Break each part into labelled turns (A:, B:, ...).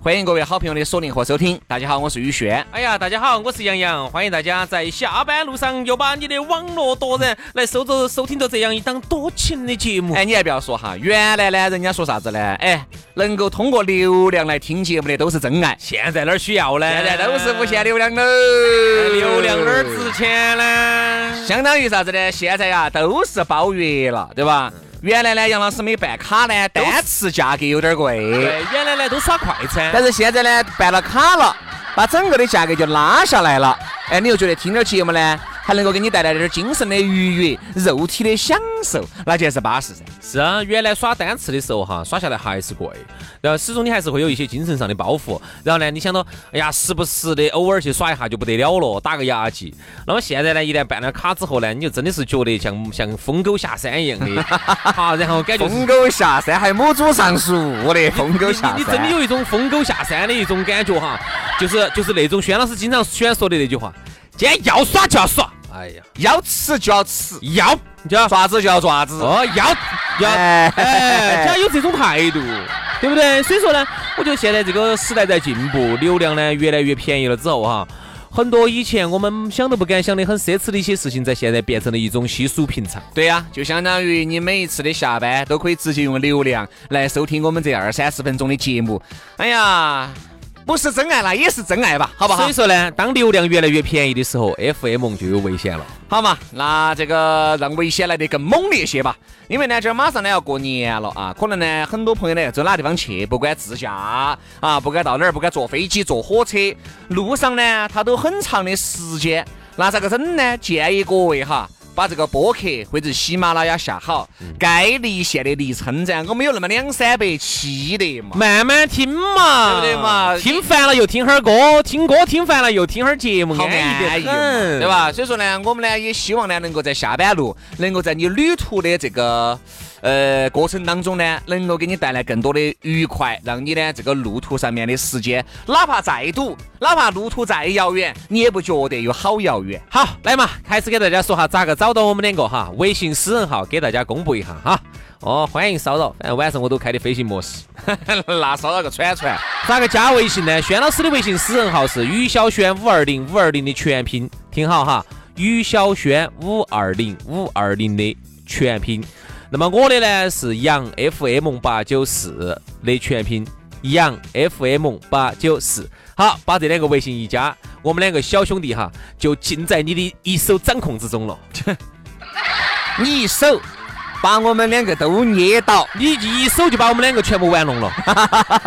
A: 欢迎各位好朋友的锁定和收听。大家好，我是宇轩。
B: 哎呀，大家好，我是杨洋，欢迎大家在下班路上又把你的网络夺人来收着收听到这样一档多情的节目。
A: 哎，你还不要说哈，原来呢，人家说啥子呢？哎，能够通过流量来听节目的都是真爱，
B: 现在哪儿需要呢？
A: 现在都是无限流量喽。
B: 哎流量哪儿值钱呢？
A: 相当于啥子呢？现在呀、都是包月了，对吧？原来呢，杨老师没办卡呢，单次价格有点贵，
B: 对，原来呢都耍快餐
A: 但，是现在呢，办了卡了，把整个的价格就拉下来了。哎，你又觉得听点节目呢，还能够给你带来点精神的愉悦、肉体的享受，那就是巴适噻。
B: 是啊，原来耍单次的时候哈，耍下来还是贵，然后始终你还是会有一些精神上的包袱。然后呢，你想到，哎呀，时不时的偶尔去耍一下就不得了了，打个牙祭。那么现在呢，一旦办了卡之后呢，你就真的是觉得像像疯狗下山一样 的，哈，然后感觉是
A: 疯狗下山还母猪上树的，疯狗下山。
B: 你你你真的有一种疯狗下山的一种感觉哈，就是就是那种轩老师经常喜欢说的那句话，今天要耍就要耍，哎呀，
A: 要吃就要吃，
B: 要就要
A: 爪子就要爪子。
B: 哦要要，
A: 哎
B: 哎，只要有这种态度，对不对？所以说呢，我觉得现在这个时代在进步，流量呢越来越便宜了之后哈。很多以前我们想都不敢想的很奢侈的一些事情，在现在变成了一种稀疏平常。
A: 对呀、就相当于你每一次的下班都可以直接用流量来收听我们这二三十分钟的节目。哎呀，不是真爱啦，也是真爱吧，好不好
B: 所以？说呢，当流量越来越便宜的时候，FM 就有危险了。
A: 好嘛，那这个让危险来得更猛烈些吧，因为呢，这儿马上呢要过年了啊，可能呢很多朋友呢要走哪地方去，不管自驾啊，不管到哪儿，不管坐飞机、坐火车，路上呢他都很长的时间，那咋个整呢？建议各位哈。把这个播客或者喜马拉雅下好，该离线的离称赞，我们有那么两三百期的嘛。
B: 慢慢听嘛，
A: 对不对嘛
B: 听烦了又听会儿歌，听歌听烦了又听会儿节目，哎
A: 好
B: 安
A: 安
B: 逸
A: 逸
B: 得
A: 嘛
B: 很，
A: 对？吧？所以说呢，我们呢也希望呢，能够在下班路，能够在你旅途的这个呃过程当中呢，能够给你带来更多的愉快，让你呢这个路途上面的时间，哪怕再堵，哪怕路途再遥远，你也不觉得有好遥远。
B: 好，来嘛，开始给大家说哈，咋个找到我们两个哈？微信私人号给大家公布一下哈。哦，欢迎骚扰，反正晚上我都开的飞行模式。
A: 那烧了个铲铲，
B: 咋个加微信呢？轩老师的微信私人号是于小轩五二零五二零的全拼，听好哈，于小轩五二零五二零的全拼。那么我的呢是杨 FM 八九四的全拼，杨 FM 八九四。好，把这两个微信一加，我们两个小兄弟哈，就尽在你的一手掌控之中了。
A: 你一手把我们两个都捏倒。
B: 你一手就把我们两个全部玩弄了，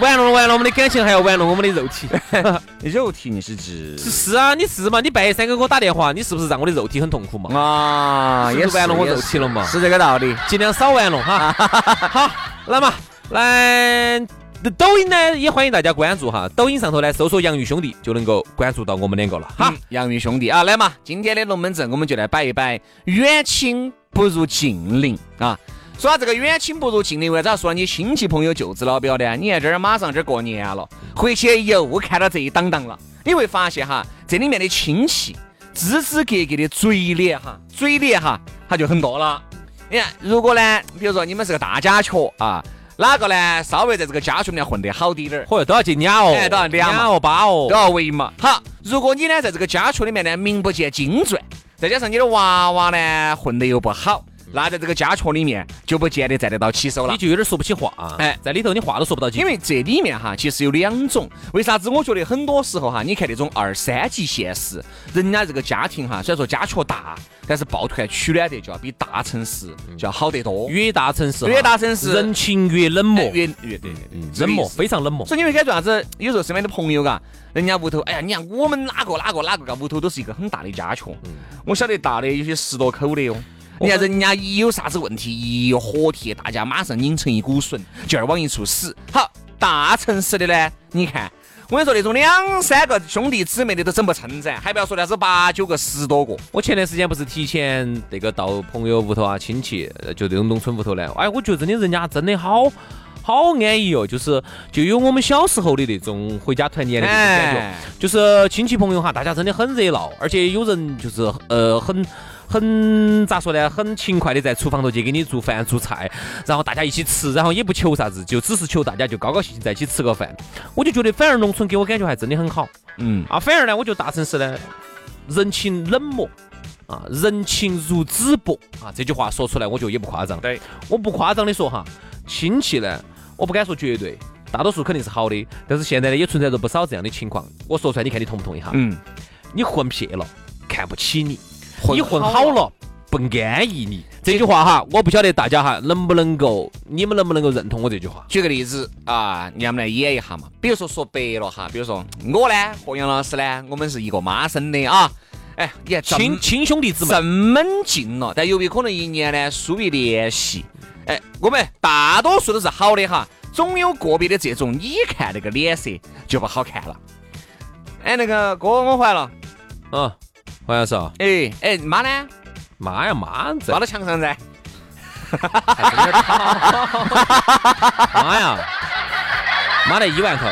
B: 玩弄了玩弄我们的感情，还要玩弄我们的肉体。
A: 肉体你是指
B: 是啊，你是嘛？你半夜三更给我打电话，你是不是让我的肉体很痛苦嘛？
A: 啊，
B: 是不
A: 也
B: 是
A: 是
B: 玩弄我
A: 也
B: 肉
A: 是
B: 体了嘛
A: 是这个道理。
B: 尽量少玩 弄哈。好，来嘛，来抖音呢也欢迎大家关注哈，抖音上头呢搜索“洋芋兄弟”就能够关注到我们两个了哈
A: 好。，杨玉兄弟啊，来嘛，今天的龙门阵我们就来摆一摆远亲不如近邻啊。说到这个远亲不如近邻，为啥说你亲戚朋友舅子老表呢？你看这儿马上这儿过年了，回去又看到这一档档了，你会发现哈，这里面的亲戚支支格格的嘴脸哈，嘴脸哈，它就很多了。你看，如果呢，比如说你们是个大家雀啊，哪个呢稍微在这个家雀里面混得好滴点儿，
B: 嚯，都要进俩哦，
A: 哎都要俩嘛
B: 俩哦，八哦
A: 都。要围嘛。好，如果你呢在这个家雀里面呢名不见经传，再加上你的娃娃呢混得又不好，那在这个家雀里面就不见得站得到起手了
B: 嗯你。就有点说不起话。
A: 哎
B: 哎，在里头你话都说不到
A: 因
B: 尽。
A: 为这里面哈，其实有两种。为啥子？我觉得很多时候哈，你看那种二三级县市，人家这个家庭哈，虽然说家雀大，但是抱团取暖的就要比大城市
B: 嗯
A: 就要好得多。
B: 越大城市哈，
A: 越大城市
B: 人情越冷漠嗯
A: 哎，越越对对对，这个
B: 冷漠
A: 意思
B: 非常冷漠。
A: 所以你会感觉啥子？有时候身边的朋友嘎，人家屋头，哎呀，你看我们哪个哪个哪个嘎，屋头都是一个很大的家雀。
B: 嗯
A: 我晓得大的有些十多口的哟。你看人家一有啥子问题，一火贴，大家马上拧成一股绳，劲儿往一处使。好，大城市的呢，你看。我跟你说，那种两三个兄弟姊妹的都整不称噻，还不要说那是八九个、十多个。
B: 我前段时间不是提前那个到朋友屋头啊，亲戚呃就这种农村屋头来，哎，我觉得真的人家真的好好安逸哦，就是就有我们小时候的那种回家团年的那种感觉，
A: 哎
B: 就是亲戚朋友哈，大家真的很热闹，而且有人就是呃很。很咋说呢？很勤快的在厨房头去给你做饭做菜，然后大家一起吃，然后也不求啥子，就只是求大家就高高兴兴在一起吃个饭。我就觉得反而农村给我感觉还真的很好。
A: 嗯，
B: 啊，反而呢，我觉得大城市呢，人情冷漠啊，人情如纸薄啊，这句话说出来，我觉得也不夸张。
A: 对，
B: 我不夸张的说哈，亲戚呢，我不敢说绝对，大多数肯定是好的，但是现在呢，也存在着不少这样的情况。我说出来，你看你同不同意哈？
A: 嗯，
B: 你混撇了，看不起你；
A: 混
B: 你混
A: 好
B: 好了。不安逸你这句话哈，我不晓得大家哈能不能够，你们能不能够认同我这句话？
A: 举个例子啊，你们来演一下嘛。比如说说白了哈，比如说我呢和杨老师呢，我们是一个妈生的啊。哎，你看这么
B: 亲亲兄弟姊妹，
A: 这么近了，但由于可能一年呢疏于联系，哎，我们大多数都是好的哈，总有个别的这种，你看那个脸色就不好看了。哎，那个哥我回来了，
B: 嗯，好像是啊，
A: 哎哎妈呢？
B: 妈呀妈在
A: 挂到墙上噻。
B: 妈呀，妈的一万口，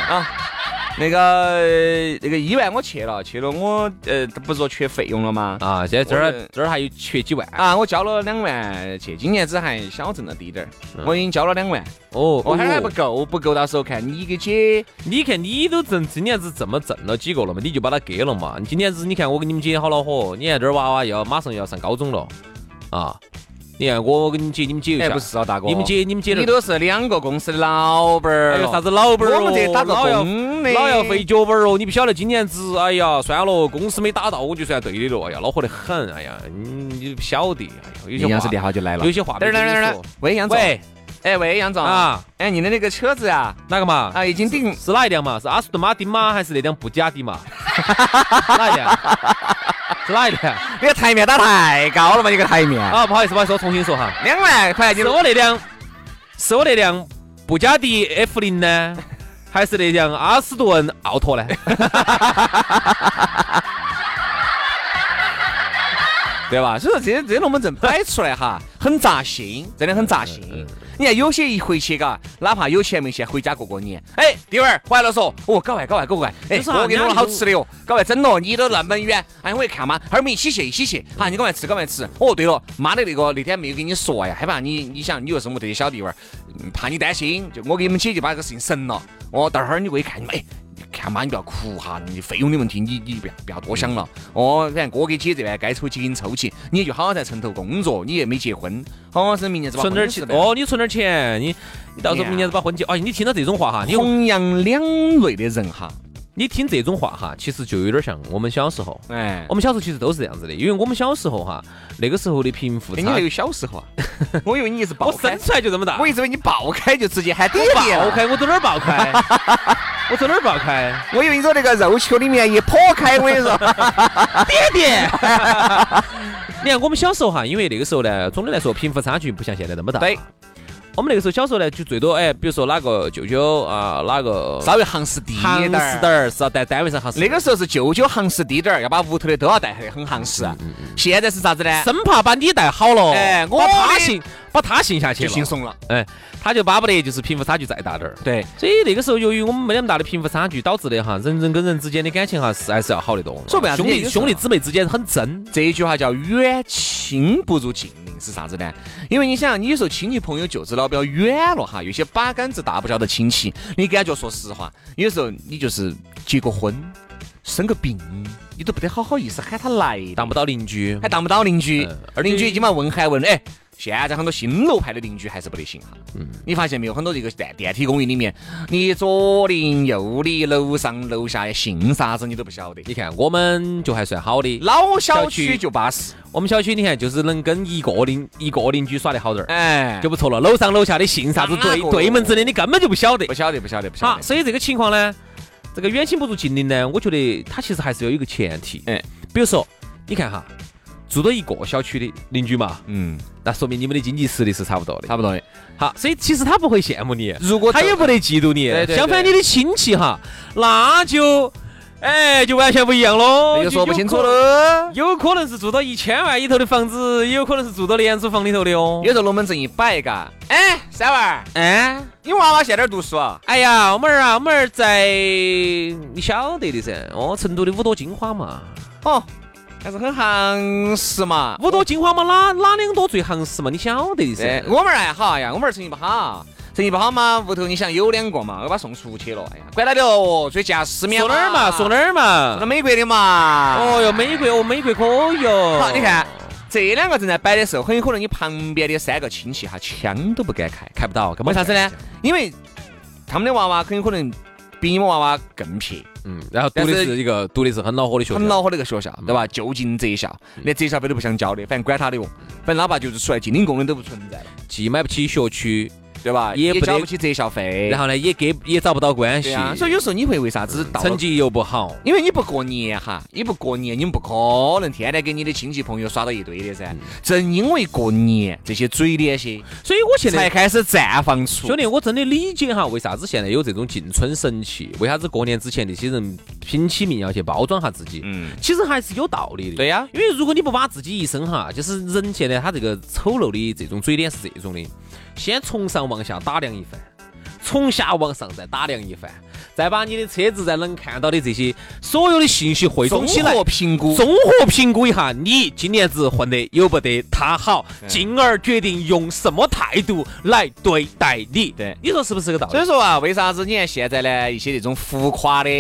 A: 那个呃那个医院我去了，去了我呃不是说缺费用了吗？
B: 啊，现在这
A: 我
B: 儿这儿还有缺几万
A: 啊，我交了两万去，今年子还小挣了滴点儿，我已经交了两万，
B: 嗯哦
A: 我还还不够，不够，到时候看你给姐，
B: 你看你都挣今年子这么挣了几个了嘛，你就把它给了嘛。你今年子你看我跟你们姐好恼火，哦你看这儿娃娃要马上要上高中了啊，你看我跟你们姐你们姐又
A: 哎，
B: 下
A: 不是啊，大哥，
B: 你们姐你们姐
A: 你都是两个公司的老板儿
B: 还
A: 了
B: 有啥子老板儿
A: 我
B: 哦
A: 们这打个
B: 老要
A: 工的，
B: 老要费脚本儿哦，你不晓得今年子，哎呀，算了，公司没打到我就算对的了，哎呀，恼火得很，哎呀，你你不晓得，哎呀，有些
A: 杨
B: 话
A: 电话就来了
B: 有，些话
A: 等
B: 没
A: 儿等
B: 跟
A: 儿
B: 你
A: 等儿等
B: 说
A: 儿，喂，杨总，
B: 喂
A: 哎喂，杨总，
B: 啊，
A: 哎，你的那个车子啊，
B: 哪个嘛？
A: 啊，已经定，
B: 是哪一辆嘛？是阿斯顿马丁吗？还是那辆布加 迪嘛？哪一辆？是哪一辆？
A: 那个台面打太高了嘛，那个台面，
B: 啊，不好意思，不好意思，我重新说哈，
A: 两万块就是
B: 我那辆，是我那辆布加迪 F 零呢，还是那辆阿斯顿奥拓呢？
A: 对吧？所以说这这龙门阵摆出来哈，很扎心，真的很扎心。你看有些一回去嘎，哪怕有钱没钱，回家过过年，哎，弟娃儿回来了说，哦，搞完搞完搞完，哎
B: 就，是啊
A: 我给你弄了
B: 人家
A: 好
B: 就
A: 吃的哟，搞完整了，你都那么远，哎，我一看嘛，哈儿我们一起去一起去，好，你赶快吃赶快吃。哦，对了，妈的那个那天没有跟你说呀，害怕你你想你又是我们这些小弟娃儿，嗯怕你担心，就我给你们姐就把这个事情省了。哦，待会儿你过去看你们，哎。你看妈，你不要哭哈，你费用的问题你你不要不要多想了。哦，反正哥给姐这边该抽起给你抽起，你就好好在城头工作，你也没结婚，好好生明年子把
B: 存点
A: 婚
B: 儿钱
A: 事办了
B: 哦，你存点儿钱，你你到时候明年子把婚结。哎，你听到这种话哈，你
A: 弘扬两类的人哈，
B: 你听这种话哈，其实就有点像我们小时候。
A: 哎，
B: 我们小时候其实都是这样子的，因为我们小时候哈，那个时候的贫富
A: 哎你还
B: 差，
A: 有小时候啊？我以为你一直爆
B: 我
A: 开
B: 生，出来就这么大。
A: 我一直以为你爆开就直接喊爹爹
B: 爆
A: 了，
B: 开，我走哪儿爆开？ 我走哪儿爆开？
A: 我以为你说那个肉球里面一破开，我跟你说，
B: 你看我们小时候哈，因为那个时候呢，总的来说贫富差距不像现在那么大。
A: 对，
B: 我们那个时候小时候呢，就最多哎，比如说哪个舅舅啊，哪个
A: 稍微行市低
B: 行
A: 一
B: 市
A: 点儿
B: 点。儿是要在单位上行市，
A: 那个时候是舅舅行市低点儿，要把屋头的都要带得很行市。啊现在是啥子呢？
B: 嗯生怕把你带好了，
A: 哎我
B: 把他
A: 的
B: 信把他信下去
A: 就
B: 了，
A: 轻松了。
B: 哎，他就巴不得就是贫富差距再大点儿。
A: 对，
B: 所以那个时候，由于我们没那么大的贫富差距，导致的哈，人人跟人之间的感情哈是还是要好得多。
A: 说白了
B: 兄
A: 这
B: 弟
A: 个
B: 兄弟姊妹之间很真，
A: 这一句话叫远亲不如近邻是啥子呢？因为你想，你有时候亲戚朋友舅子老表远了哈，有些八竿子打不着的亲戚，你感觉说实话，有时候你就是结个婚、生个病，你都不得好好意思喊他来的，
B: 当不到邻居
A: 还。当不到邻居
B: 嗯，
A: 而
B: 而且
A: 邻居今晚问还问，哎，现在很多新楼盘的邻居还是不得行哈。嗯，你发现没有？很多这个电电梯公寓里面，你左邻右里、楼上楼下的姓啥子你都不晓得。
B: 你看我们就还算好的，
A: 老小区就巴适，
B: 我们小区你看就是能跟一个邻一个邻居耍得好点儿，
A: 哎，
B: 就不错了。楼上楼下的姓啥子
A: 哪
B: 对
A: 个
B: 对门子的，你根本就不晓得
A: 不。晓得，不晓得，不晓
B: 好，
A: 得。
B: 所以这个情况呢，这个远亲不如近邻呢，我觉得它其实还是要有一个前提。
A: 哎，
B: 比如说，你看哈，住到一个小区的邻居嘛，
A: 嗯，
B: 那说明你们的经济实力是差不多的。
A: 差不多的。
B: 好，所以其实他不会羡慕你，
A: 如果
B: 他也不得嫉妒你。
A: 对对对
B: 相反，你的亲戚哈，那就哎就完全不一样喽，
A: 那就说不清楚
B: 有可
A: 了。
B: 有可能是住到一千万以头的房子，也有可能是住到廉租房里头的哦
A: 有。时候龙门阵一摆，嘎，哎，三娃儿，
B: 哎，
A: 你娃娃现在哪儿读书啊？
B: 哎呀，我们儿啊，我们儿在你晓得的噻，哦，成都的五朵金花嘛，
A: 哦，还是很行实嘛。
B: 五朵金花嘛，哪哪两朵最行实嘛，你晓得的
A: 哎
B: 噻，。
A: 我们儿还好哎呀，我们儿成绩不好，成绩不好嘛，屋头你想有两个嘛，我把他送出去了，哎呀，管他的哦，最近失眠
B: 说哪儿嘛，说哪
A: 儿，
B: 儿
A: 送到
B: 嘛。
A: 美国的嘛。
B: 哦哟，美国哦，美国可以哦。
A: 好，你看。这两个正在摆的时候，很有可能你旁边的三个亲戚哈，枪都不敢开，
B: 看不到，根
A: 为
B: 本
A: 啥
B: 啥
A: 子
B: 子
A: 呢
B: 呢？？
A: 因为他们的娃娃很有可能比你们娃娃更撇，
B: 嗯，然后
A: 但
B: 读的
A: 是
B: 是一个读的是很恼火的学校，
A: 很恼火那个学校，对
B: 嗯
A: 吧？就近择校，连择校费都不想交的，反正管他的哦，反正哪怕就是出来进领工的都不存在了，
B: 既买不起学区，
A: 对吧？
B: 也
A: 也
B: 不得
A: 交不起择校费，
B: 然后嗯呢也给也找不到
A: 对
B: 关系，
A: 啊，所以有时候你会为啥子到了
B: 成绩又不好，
A: 因为你不过年哈，你不过年，你们不可能天天跟你的亲戚朋友耍到一堆的
B: 嗯
A: 噻。正因为过年，这些嘴脸些
B: 所以我现
A: 才
B: 在。
A: 开始绽放出。
B: 兄弟，我真的理解哈，为啥子现在有这种进村神器？为啥子过年之前那些人拼起命要去包装下自己？
A: 嗯，
B: 其实还是有道理的。
A: 对呀
B: 因为如果你不把自己一生哈，就是人现在他这个丑陋的这种嘴脸是这种的，先从上往下打量一番，从下往上再打量一番，再把你的车子在能看到的这些所有的信息汇总
A: 综
B: 起来。
A: 合评估，
B: 综合评估一下，你今年子混得有不得他好，
A: 嗯
B: 进而决定用什么态度来对待你。
A: 对
B: 你说是不是这个道理
A: 所以？说啊，为啥子你看现在呢，一些这种浮夸的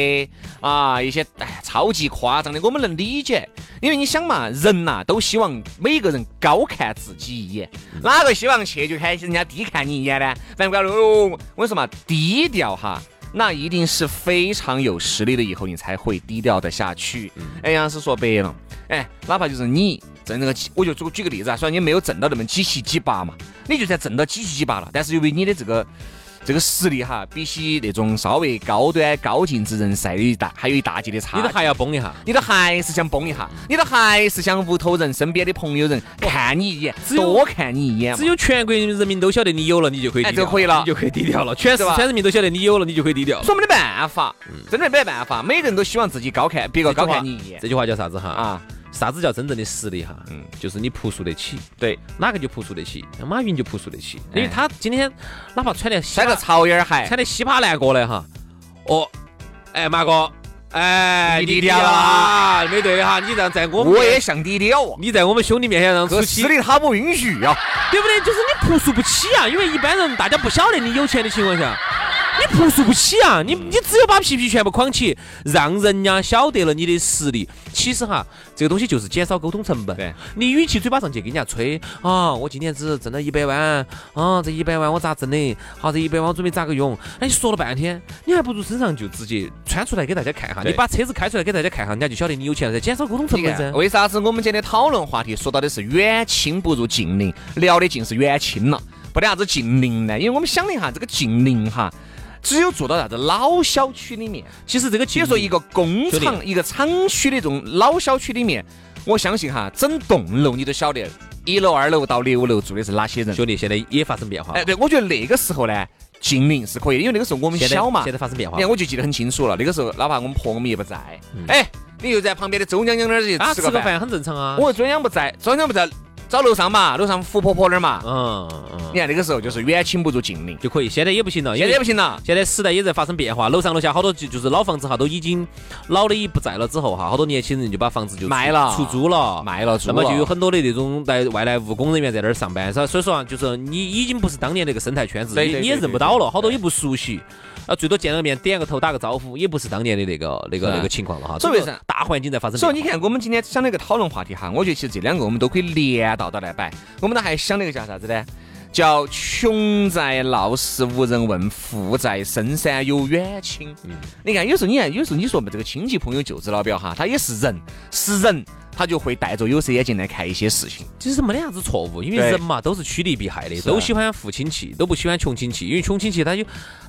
A: 啊，一些哎超级夸张的，我们能理解，因为你想嘛，人呐、都希望每个人高看自己一眼，
B: 嗯
A: 哪个希望去就看人家低看你一眼呢？反正不要哦，我跟你说嘛，低调哈。那一定是非常有实力的，以后你才会低调的下去。
B: 嗯
A: 哎，杨老师说白了，哎，哪怕就是你挣那个几，我就举举个例子啊，虽然你没有挣到那么几七几八嘛，你就算挣到几七几八了，但是由于你的这个这个实力哈，比起那种稍微高端高净值人士的一大还有一大截的差
B: 你
A: 距
B: 都。还要崩一下。
A: 你都还是想崩一下，你都还是想屋头人、身边的朋友人看你一眼，
B: 只有
A: 多看你一眼嘛
B: 只。有全国人民都晓得你有了，你就可以低
A: 哎
B: 调，
A: 这可以了
B: 你就可以低调了。全
A: 是
B: 四
A: 吧
B: 川人民都晓得你有了，你就可以低调了。
A: 说没得办法，真的没得办法，每个人都希望自己高看别个高看你一眼
B: 这句话叫啥子哈？啊，
A: 啊。
B: 啥子叫真正的实力哈？嗯，就是你朴素得起。
A: 对，哎
B: 哪个就朴素得起？马云就朴素得起，因为他今天哪怕穿得
A: 穿个潮眼儿还
B: 穿得稀巴烂过来哈，哦，哎马哥，哎
A: 你
B: 你
A: 低
B: 低
A: 调
B: 调了
A: 啊
B: 啊，没对的哈，你让在我们
A: 我也想低调啊，
B: 你在我们兄弟面前让出
A: 可
B: 气
A: 实，力他不允许啊。
B: 对不对？就是你朴素不起啊，因为一般人大家不晓得你有钱的情况下。你朴素不起啊！你你只有把皮皮全部框起，让人家晓得了你的实力。其实哈，这个东西就是减少沟通成本。
A: 对，
B: 你与其嘴巴上去跟人家吹啊，我今年只挣了一百万啊，这一百万我咋挣的？好、这一百万我准备咋个用？那你说了半天，你还不如身上就直接穿出来给大家看一下。
A: 对
B: 你把车子开出来给大家看一下，人家就晓得你有钱了噻，减少沟通成
A: 你
B: 本
A: 看
B: 噻。
A: 为啥子我们今天的讨论话题说到的是远亲不如近邻，聊的尽是远亲了，不得啥子近邻呢？因为我们想了一下，这个近邻哈，只有做到啥子老小区里面，
B: 其实这个
A: 比如说一个工厂、一个厂区的这种老小区里面，我相信哈，整栋楼你都晓得，一楼、二楼到六楼住的是哪些人。
B: 兄弟现在也发生变化了，
A: 哎，对，我觉得那个时候呢，近邻是可以的，因为那个时候我们
B: 现在
A: 小嘛
B: 现，在发生变化
A: 你看，我就记得很清楚了。那个时候，哪怕我们婆我们也不在，哎，你又在旁边的周娘娘那儿去
B: 嗯啊，
A: 吃
B: 吃
A: 个
B: 个
A: 饭。
B: 饭很正常啊。
A: 我周娘不在，周娘不在，找楼上嘛，楼上胡婆婆那儿嘛。
B: 嗯嗯，
A: 你看那个时候就是远亲不如近邻，
B: 就可以。现在也不行了，因
A: 现
B: 为
A: 在不行了。
B: 现在时代也在发生变化，楼上楼下好多就就是老房子哈，都已经老的不在了之后哈，好多年轻人就把房子就出
A: 卖了
B: 出租了，
A: 卖了，
B: 那么就有
A: 有
B: 很多的这种来外来务工人员在那儿上班，所以所以说啊，就是你已经不是当年那个生态圈子，
A: 对
B: 你
A: 对
B: 你也
A: 对
B: 认不
A: 对
B: 到了，
A: 对
B: 好多也不熟悉。啊，最多见了面点个头打个招呼，也不是当年的那个那
A: 是
B: 个
A: 啊
B: 那个情况了哈。
A: 所以为啥
B: 大环境在发生变化？
A: 所以你看，我们今天想了一个讨论话题哈，我觉得其实这两个我们都可以连道道来摆。我们呢还想那个叫啥子呢？叫穷在闹市无人问，富在深山有远亲。
B: 嗯
A: 你看，有时候你看，有时候你说嘛，这个亲戚朋友舅子老表哈，他也是人，是人，他就会戴着有色眼镜来看一些事情。
B: 其实没得啥子错误，因为
A: 对
B: 人嘛都是趋利避害的，
A: 是啊
B: 都喜欢富亲戚，都不喜欢穷亲戚，因为穷亲戚他就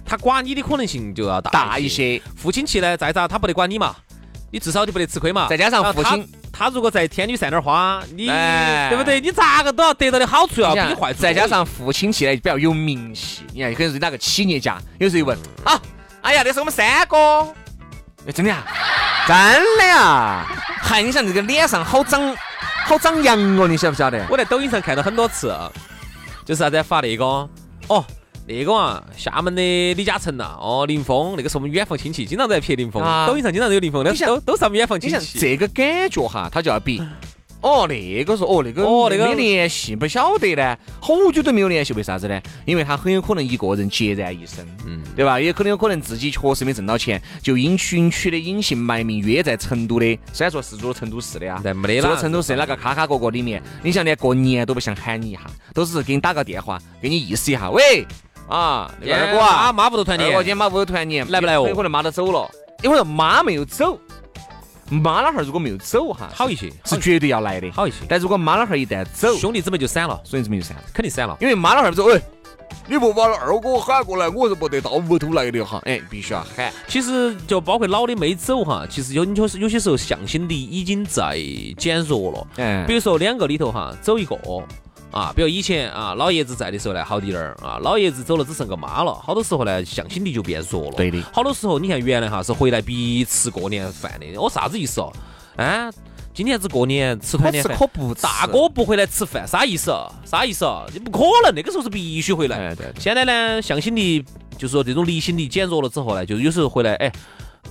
B: 他刮你的可能性就要大
A: 大
B: 一
A: 一些，
B: 富亲戚呢，再咋他不得管你嘛，你至少就不得吃亏嘛。
A: 再加上
B: 然后
A: 父亲
B: 他，他如果再天女散点花，你
A: 哎
B: 对不对？你咋个都要得到的好处要
A: 你
B: 比
A: 想
B: 坏处多
A: 再加上父亲戚呢比较有名气，你看，可能是哪个企业家，有时候一问啊，哎呀，那是我们三哥，哎真的呀， 真的呀， 嗨，你想这个脸上好长好长羊哦，你晓不晓得？
B: 我在抖音上看到很多次啊，就是啥子啊发那个哦，那个啊，厦门的李嘉诚呐，哦，林峰，那个是我们远房亲戚，经常在拍林峰，
A: 啊
B: 抖音上经常都有林峰，都
A: 你想
B: 都都是我们远房
A: 你
B: 亲
A: 想
B: 戚。
A: 这个感觉哈，他就要比。哦，那个是哦，那个
B: 嗯哦那个
A: 没联系，不晓得呢，好久都没有联系，为啥子呢？因为他很有可能一个人孑然一身，嗯，对吧？也可能有可能自己确实没挣到钱，就因循区的隐姓埋名约在成都的，虽然说是住成都市的啊，
B: 但没得
A: 住
B: 啦，
A: 成都市的哪个卡卡角角里面，你想连过年都不想喊你一下，都是给你打个电话，给你意思一下，喂，啊，那个二哥啊，
B: 妈妈不都
A: 二
B: 团
A: 哥今
B: 年，
A: 天妈屋头团年
B: 来不来哦
A: 很有可能妈都走了，因为妈没有走，妈老汉儿如果没有走哈，
B: 好一些，
A: 是绝对要来的。
B: 好一些。
A: 但如果妈老汉儿一旦走，
B: 兄弟姊妹就散了，
A: 所以这没有啥子，
B: 肯定散了。
A: 因为妈老汉儿走，哎，你不把二哥喊过来，我是不得到屋头来的哈，哎，必须要喊。
B: 其实就包括老的没走哈，其实有有有些时候向心力已经在减弱了。
A: 哎
B: 比，如说两个里头哈，走一个啊，比如以前啊老爷子在的时候呢好滴点儿啊，老爷子走了只剩个妈了，好多时候呢向心力就变弱了。
A: 对的
B: 好多时候你看原来哈是回来必吃过年饭的，我啥子意思哦？啊，今天子过年吃团
A: 可
B: 年
A: 吃
B: 饭。
A: 可不吃，
B: 大哥不回来吃饭，啥意思啊？啥意思啊？你不可能，那个时候是必须回来。
A: 哎对对
B: 现在呢，向心力就是说这种离心力减弱了之后呢，就是有时候回来，哎，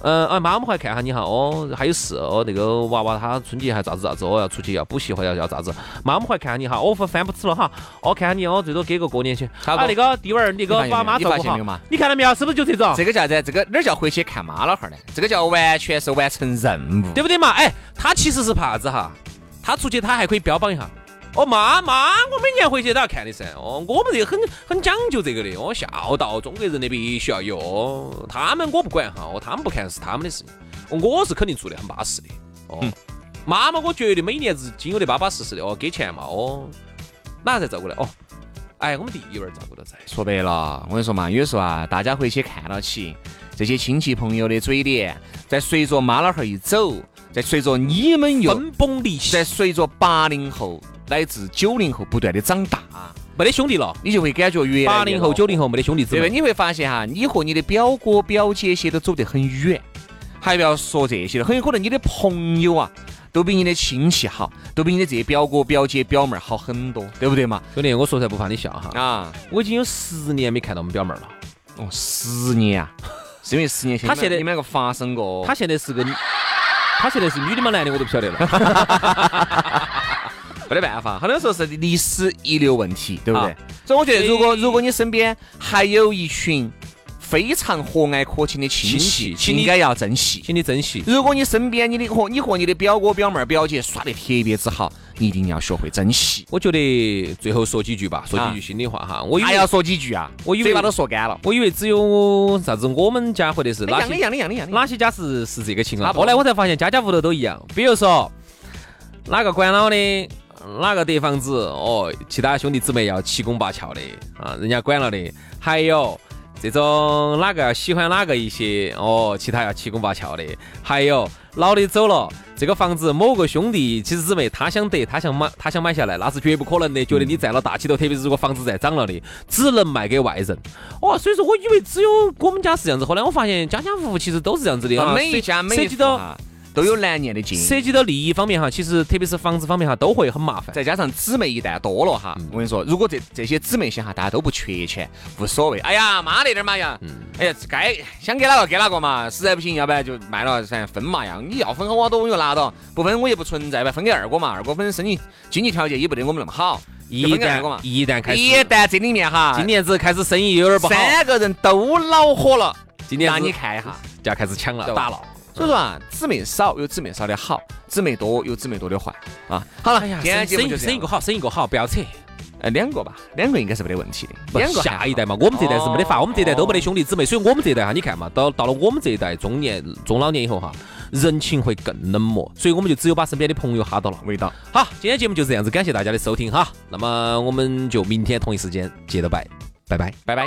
B: 嗯、哎妈，我们回来看下你哈，哦，还有事哦，那个娃娃他春节还咋子咋子，哦，要出去要补习或者要要咋子，妈，我们回来看下你哈，哦，饭饭不吃了哈，哦，看下你哦，最多给个过年钱。
A: 差
B: 啊，
A: 不多
B: 那个弟娃儿，那个
A: 你
B: 把
A: 发现没有
B: 妈
A: 你
B: 照
A: 发
B: 顾
A: 现没
B: 好啊
A: 有嘛，
B: 你看到没有？是不是就这种？
A: 这个叫啥子？这个哪儿叫回去看妈老汉儿呢？这个叫完全是完成任务。
B: 对不对嘛？哎，他其实是怕啥子哈？他出去他还可以标榜一下。哦妈妈，我每年回去都要看的噻。哦，我们这个很很讲究这个的。哦，孝道中国人的必须要有。哦他们我不管哈，哦他们不看是他们的事情。哦，我是肯定做得很巴适的。哦，
A: 嗯
B: 妈妈我觉得每年子经营的巴巴适适的。哦，给钱嘛。哦，哪在照顾的？哦，哎，我们弟娃儿照顾到在。
A: 说白了，我跟你说嘛，有时候啊，大家回去看到起这些亲戚朋友的嘴脸，在随着妈老汉儿一走，在随着你们又，
B: 分崩离析
A: 在，随着八零后乃至九零后不断的长大，
B: 没得兄弟了。
A: 你就会感觉越来越
B: 八零后、
A: 老
B: 九零后没得兄弟姊
A: 哦对不对？
B: 妹。
A: 你会发现哈，你和你的表哥表姐些都走得很远，还不要说这些了，很有可能你的朋友啊，都比你的亲戚好，都比你的这些表哥表姐表妹儿好很多，对不对嘛？
B: 兄弟，我说出来不怕你笑哈。
A: 啊，
B: 我已经有十年没看到我们表妹儿了。
A: 哦，十年 啊，是因为十年前
B: 他
A: 你们
B: 现在
A: 你们两个发生过，
B: 她现在是个，她现在是女的吗？男的我都不晓得了，
A: 没得办法，很多时候是历史遗留问题，对不对？
B: 啊
A: 所以我觉得，如果
B: 所以
A: 如果你身边还有一群非常和蔼可亲的亲
B: 亲戚
A: 戚，
B: 请你
A: 应该要珍惜。
B: 请你珍惜。
A: 如果你身边你的和你和你的表哥表妹儿表姐耍得特别之好，你一定要学会珍惜。
B: 我觉得最后说几句吧，说几句心里话哈。我以
A: 还啊要
B: 为
A: 说几句啊？
B: 我以为
A: 嘴巴都说干了。
B: 我以为只有啥子我们家或者是
A: 一
B: 哪
A: 样的，一
B: 些
A: 样的，一样的，一样的。
B: 哪些家是是这个情况。
A: 哪不
B: 后来我才发现家家户头都一样，比如说哪个管老的。哪个得房子哦？其他兄弟姊妹要七拱八翘的啊，人家管了的。还有这种哪个喜欢哪个一些哦，其他要七拱八翘的。还有老的走了，这个房子某个兄弟其实姊妹他想得，他想买，他想买下来，那是绝不可
A: 嗯
B: 能的。觉得你占了大气头，特别是如果房子再涨了的，只能卖给外人。哦，所以说我以为只有我们家是这样子，后来我发现家家户户其实都是这样子的啊。
A: 啊每一家
B: 涉
A: 每一
B: 涉及
A: 户
B: 到
A: 啊都有难念的经。
B: 涉及到利益方面哈，其实特别是房子方面哈，都会很麻烦。
A: 再加上姊妹一旦多了
B: 嗯
A: 哈，我跟你说，如果这这些姊妹些哈，大家都不缺钱，无所谓。哎呀，妈那点儿嘛
B: 嗯
A: 呀，哎呀，该想给哪个给哪个嘛，实在不行，要不然就卖了噻，分嘛呀。你要分好我多，我就拿到；不分我也不存在呗，分给二哥嘛。二哥本身经济经济条件也不得我们那么好，就
B: 一
A: 分给二哥
B: 旦
A: 嘛。
B: 一旦开始，
A: 一旦这里面哈，
B: 今年子开始生意有点不好，
A: 三个人都恼火了，
B: 今年
A: 那
B: 子
A: 你看一下，
B: 就要开始抢了，
A: 对吧
B: 打了。
A: 所以说啊，姊妹少有姊妹少的好，姊妹多有姊妹多的坏啊。好了，
B: 哎呀
A: 今天节目就这
B: 生生一
A: 样
B: 个，好，生一个好，不要扯。
A: 呃，两个吧，两个应该是没得问题
B: 不
A: 的，两个还
B: 下一
A: 好
B: 代嘛，我们这代是没得法，
A: 哦
B: 我们这代都没得兄弟姊妹，所以我们这代哈，你看嘛，到到了我们这一代中年、中老年以后哈，人情会更冷漠，所以我们就只有把身边的朋友哈到了。
A: 味道。
B: 好，今天节目就这样子，感谢大家的收听哈，那么我们就明天同一时间接着拜，拜拜，拜拜。